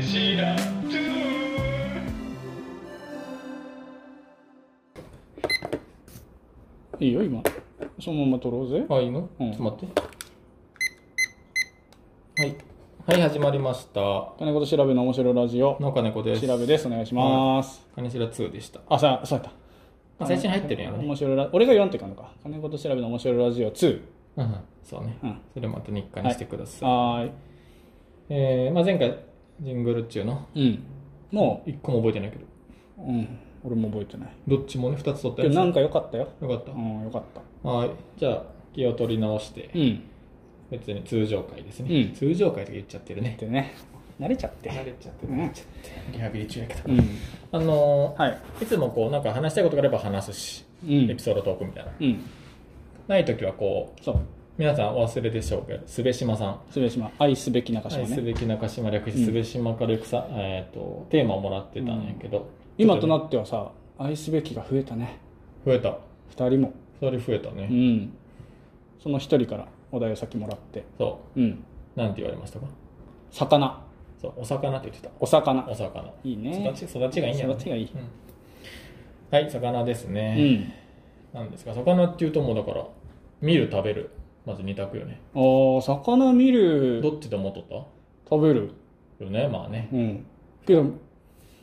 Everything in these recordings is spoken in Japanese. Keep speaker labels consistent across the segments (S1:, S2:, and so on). S1: 知らんと
S2: いいよ今そのまま取ろうぜ
S3: あ、今、
S2: うん
S3: ちょっと待って。はい。はい、始まりました。な
S2: 金子と調べの面白いラジオ
S3: おかねこです。
S2: 調べですお願いします
S3: 金白2でした。
S2: あさそうやっ
S3: あ最初に入ってるんや
S2: た
S3: ろね。
S2: 面白いラ俺が4ってかのか金子と調べの面白いラジオ2
S3: うんうん、そうね。
S2: うん
S3: それまた日課にしてください。
S2: は
S3: えー、まあ前回、ジングル中の、
S2: ーいうんも
S3: 一個も覚えてないけど、
S2: ううん俺も覚えてない
S3: どっちもね、二つ取っ
S2: け
S3: たや
S2: ど
S3: つ。
S2: なんか良かったよ
S3: よかった
S2: う。ん良かった
S3: はい。じゃあ、気を取り直して、
S2: うん
S3: 別に通常回です
S2: うん
S3: ね。通常回とか言っちゃってるね
S2: っ。てね慣れちゃって
S3: 慣れちゃってる、
S2: うん
S3: 慣れちゃってる。リハビリ中やけど。
S2: うん
S3: あのー
S2: はい
S3: いつもこう、なんか話したいことがあれば話すし、
S2: うん
S3: エピソードトークみたいな。
S2: うん
S3: ない時はこう、
S2: そう
S3: 皆さんお忘れでしょうけど、すべしまさん。
S2: すべしま愛すべき中島
S3: 愛す
S2: ね
S3: べき中島略して、すべしまからよくさ、えっ、と、テーマをもらってたんやけど、
S2: 今とな
S3: っ
S2: ってはさ愛すべきが増えたね
S3: 増えた。
S2: 2人も
S3: 二人増えた
S2: う
S3: ね。
S2: んその1人からお題を先もらって
S3: そ
S2: うん
S3: う。なんて言われましたか
S2: 魚
S3: そう、お魚って言ってた。
S2: お魚
S3: お魚。
S2: いいね
S3: 育ち、育ちがいいんやろね
S2: 育ちがいい
S3: うんはい、魚です
S2: う
S3: ね。
S2: ん
S3: なんですが、魚っていうともうだから、見る、食べる。まず二択よね。
S2: あー魚見る
S3: どっちでも取っ
S2: 食べる
S3: たよね、まあね。
S2: うんけど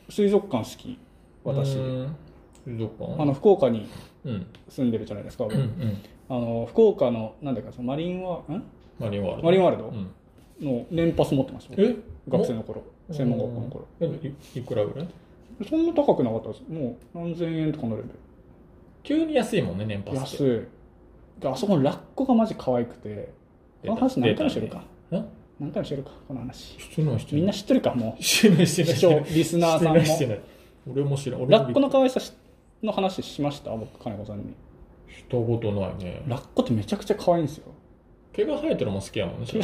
S2: 水族館好き私
S3: うん。水族館
S2: あの福岡に
S3: うん。
S2: 住んでるじゃないですか、
S3: うんうん。
S2: あの福岡のなんだっけそのマリンワん
S3: マリンワールド。
S2: マリンワールド
S3: うん。
S2: の年パス持ってました
S3: え
S2: 学生の頃専門学校の頃
S3: うんえいいくらぐらい
S2: そんな高くなかったですもう何千円とかのレベル
S3: 急に安いもんね年パスって
S2: 安いであそこのラッコがマジ可愛くてこの話何回もしてるか
S3: え
S2: 何回もしてるかこの話
S3: してないしてない
S2: みんな知ってるかも
S3: してないして
S2: う
S3: な
S2: 視
S3: いしてな
S2: 聴
S3: い
S2: リスナーさん
S3: して
S2: も
S3: ないしてない俺も知らん俺
S2: ラ
S3: も
S2: ッ
S3: び
S2: コの可愛さしの話しました僕金子さんに
S3: したことないね
S2: ラッコってめちゃくちゃ可愛いん ですよ
S3: 毛が生えてるのも好きやもんね今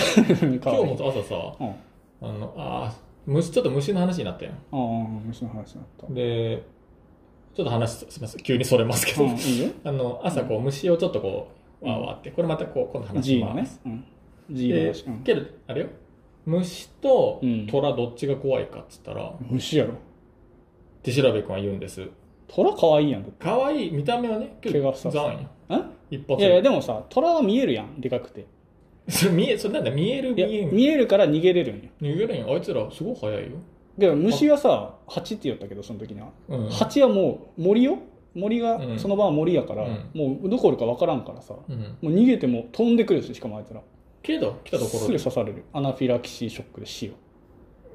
S2: 可愛い
S3: 日も朝さ
S2: うんあ
S3: あのあー虫ちょっと虫の話になったよ
S2: あ虫の話になった
S3: でちょっと話すいません急にそれますけど、
S2: うんいいよ
S3: あの朝こう虫をちょっとこうわーわーってこれまたこう今度話し
S2: G
S3: ま
S2: の
S3: す
S2: ね、うん、G の
S3: で
S2: 話、うん
S3: けどあれよ虫と
S2: うん
S3: 虎どっちが怖いかっつったら、
S2: 虫やろ
S3: 手調べ君は言うんです
S2: 虎可愛いやんだっ
S3: 可愛い見た目はねけ
S2: 毛が
S3: ど
S2: ふさふ
S3: ざ
S2: さ
S3: んや
S2: てん
S3: 一発
S2: いやいやでもさ虎は見えるやんでかくて
S3: それ見えそれなんだ見える
S2: い
S3: 見
S2: や
S3: えん
S2: 見えるから逃げれるんよ
S3: 逃げれんよあいつらすごい早いよ
S2: けど虫はさ蜂って言ったけどその時には、
S3: うん
S2: 蜂はもう森よ森が、
S3: うん
S2: その場は森やから、
S3: うん
S2: もうどこおるか分からんからさも
S3: うん
S2: う逃げても飛んでくるししかもあいつら
S3: けど来たとこ
S2: す
S3: ろ
S2: ぐ
S3: で
S2: 刺されるアナフィラキシーショックで死よ、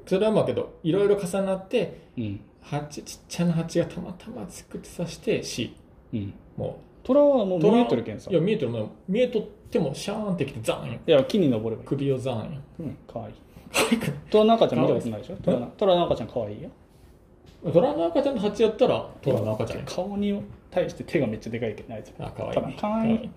S3: それはまあけどいろいろ重なって
S2: うん
S3: 蜂ちっちゃな蜂がたまたま作ってさして死
S2: うん、
S3: も
S2: 虎はもう
S3: う
S2: 見えとるけんさ
S3: いや見えてるもん見えとってもシャーンってきてザーンよ
S2: いや木に登ればいい
S3: 首をザーンよ
S2: うん、かわいい。
S3: 可愛くない
S2: トラの赤ちゃん見たことないでしょトラ
S3: え
S2: なトラの赤ちゃんかわいいよ。
S3: トラの赤ちゃんと蜂やったらトラの赤ちゃんよ
S2: 顔に対して手がめっちゃでかいけどね、あいつ。
S3: あ可愛
S2: トラ
S3: い
S2: かわいい。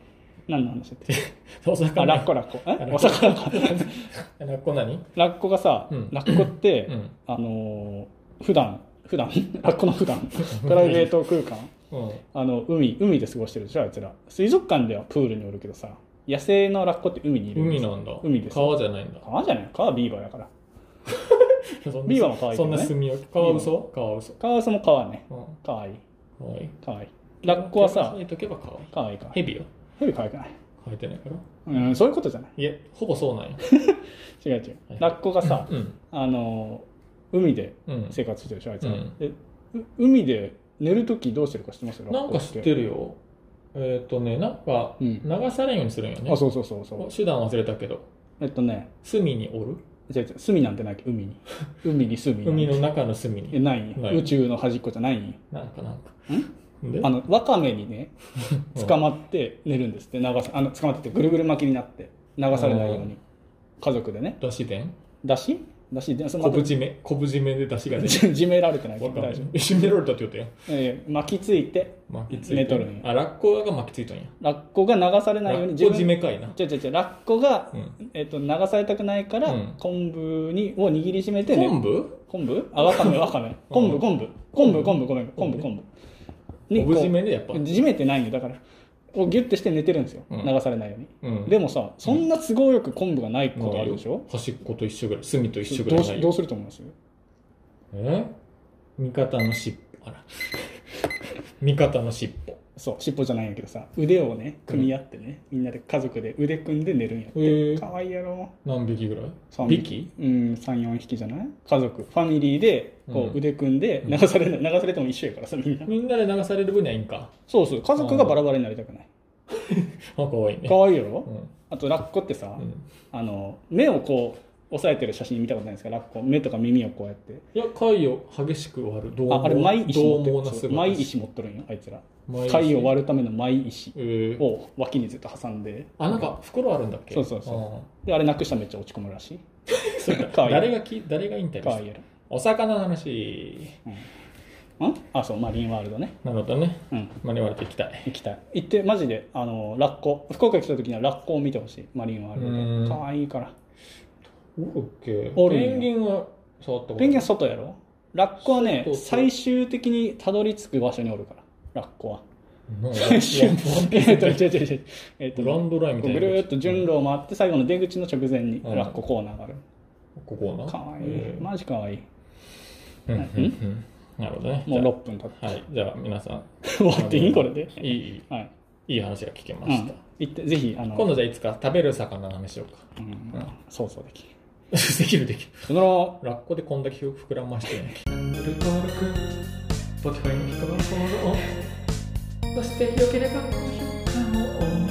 S2: 何の話やってる
S3: お魚
S2: あ、ラッコラッコ。えお魚か。
S3: ラッコ何
S2: ラッコがさ
S3: うん、
S2: ラッコって、
S3: うん
S2: あのー、普段、普段、 ラッコの普段、プライベート空間、
S3: うん
S2: あの、海、海で過ごしてるでしょ、あいつら。水族館ではプールにおるけどさ、野生のラッコって海にいる。
S3: 海なんだ
S2: 海です
S3: 川じゃないんだ
S2: 川じゃない川はビーバーだから。
S3: そんな
S2: ビーバーも可愛いけ
S3: そ
S2: ど
S3: ん
S2: ね
S3: な墨を川嘘川嘘
S2: 川はその川ね。
S3: うん
S2: かわいい。
S3: 可愛い
S2: かわいい。ラッコはさ
S3: 手を添、えとけば可愛い
S2: かわいいか。
S3: ヘビよ
S2: ヘビ可愛くない。
S3: 生えてないから
S2: うん、そういうことじゃない。
S3: いやほぼそうなんや
S2: 違う違う
S3: はい。
S2: ラッコがさ、
S3: うん
S2: あのー、海で
S3: うん
S2: 生活してるでしょ、あいつら。
S3: うん
S2: でう海で寝るときどうしてるか知ってます
S3: なんか知ってるよえっとねなんか
S2: う
S3: 流
S2: ん
S3: されんようにするんよね
S2: あ、そうそうそうそう。
S3: 手段忘れたけど
S2: えっとね、
S3: 隅におる
S2: 違う違う、隅なんてないっけ海に。海に隅なんて。
S3: 海の中の隅
S2: え
S3: に
S2: ないんよ
S3: ない
S2: 宇宙の端っこじゃないんよ
S3: なんかなんかで
S2: あの、ワカメにね、捕まって寝るんですって、流さ、あの、捕まっててぐるぐる巻きになって、流されないよう
S3: う
S2: に。家族でね。
S3: だしでん
S2: だしだしで、そ
S3: 昆
S2: の
S3: 布、締め昆布締めで出汁が出る
S2: じめられてないけ
S3: わ
S2: ど
S3: か
S2: 大
S3: んない
S2: 丈夫。
S3: 締められたって言うてん
S2: ええ巻きついて、
S3: 巻きつ
S2: 寝
S3: い
S2: と
S3: て
S2: るんや
S3: あラッコが巻きついとんや
S2: ラッコが流されないように
S3: ラッ
S2: 自
S3: コ
S2: 分
S3: 締めかいな
S2: 違う違う違うラッコが、
S3: うん
S2: えっと流されたくないから、
S3: うん
S2: 昆布にを握りしめて、
S3: 昆布
S2: 昆布あわかめわ かめ昆布昆布昆布昆布ごめん昆布昆布
S3: 昆布
S2: こう
S3: 締めでやっぱ
S2: 締めてないよだからこうギュッてして寝てるんですよ、
S3: うん
S2: 流されないように、
S3: うん
S2: でもさそんな都合よく昆布がないことあるでしょ、
S3: 端っこと一緒ぐらい隅と一緒ぐら
S2: ど
S3: いうな
S2: し
S3: い
S2: どうすると思います
S3: え味方の尻尾。あら。味方の尻尾。
S2: そう尻尾じゃないんやけどさ腕をね組み合ってね、みんなで家族で腕組んで寝るんやっ
S3: へ
S2: て
S3: え
S2: かわいいやろ
S3: 何匹ぐらい
S2: 三
S3: 匹
S2: うん34匹じゃない家族ファミリーでこ
S3: う
S2: うん腕組んで
S3: うん
S2: 流され,、流されても一緒やからさみんな
S3: みんなで流される分にはいいんか。
S2: そうそう家族がバラバラになりたくない
S3: あ、かわいいね。
S2: かわいいや
S3: う
S2: ろ
S3: ん
S2: あとラッコってさ、
S3: うん
S2: あの目をこう押さえてる写真見たことないですかラッコ目とか耳をこうやって
S3: いや、貝を激しく割る。どう
S2: ああれマイ石持って
S3: どう猛
S2: る
S3: な
S2: そう
S3: 姿。
S2: マイ石持っとるんよあいつら
S3: マイ石
S2: 貝を割るためのマイ石
S3: えー
S2: を脇にずっと挟んで
S3: あ、なんか袋あるんだっけ
S2: そうそうそう
S3: あ
S2: であれなくしたらめっちゃ落ち込むらしい
S3: ー それ
S2: かわいい
S3: 誰がき、誰がインタビュ
S2: か
S3: ー
S2: わ
S3: し
S2: いい
S3: た
S2: やろ
S3: お魚の話。
S2: うんあそうマリンワールドね
S3: なるほどね。
S2: うん
S3: 真似割れていきたい。
S2: 行きたい行ってマジであのラッコ福岡来た時にはラッコを見てほしいマリンワールド
S3: う
S2: で
S3: ん
S2: かわいいから
S3: おるっけ
S2: おるんよ
S3: ペンギンは触ったこと
S2: ペンギンは外やろラッコはね
S3: 外か
S2: 最終的にたどり着く場所におるからラッコは
S3: なんか
S2: 最終
S3: ワンワン ピ
S2: えっと
S3: ース
S2: 違う違う違うえっと
S3: グランドラインみ
S2: こ
S3: た
S2: う
S3: い
S2: ぐ
S3: な。
S2: るーっと順路を回って最後の出口の直前に
S3: うん
S2: ラッココーナーがある
S3: ここな。
S2: かわいい
S3: えー
S2: マジかわいい
S3: うんうんうんなるほどね。
S2: もう
S3: じゃ
S2: 6分経っ
S3: あはい。じゃあ、皆さん、
S2: て終わっていいこれで
S3: いい、
S2: はい
S3: いい話が聞けま
S2: う
S3: した
S2: ん。行ってぜひあ
S3: 今
S2: の
S3: 度じゃあいつか食べる魚の話しようか。
S2: うん
S3: うん
S2: そうそうできる
S3: できるできる。
S2: その
S3: ラッコでこんだけ膨らましてね。登録、Spotify の人のフォロー。そしてよければ高評価もお願い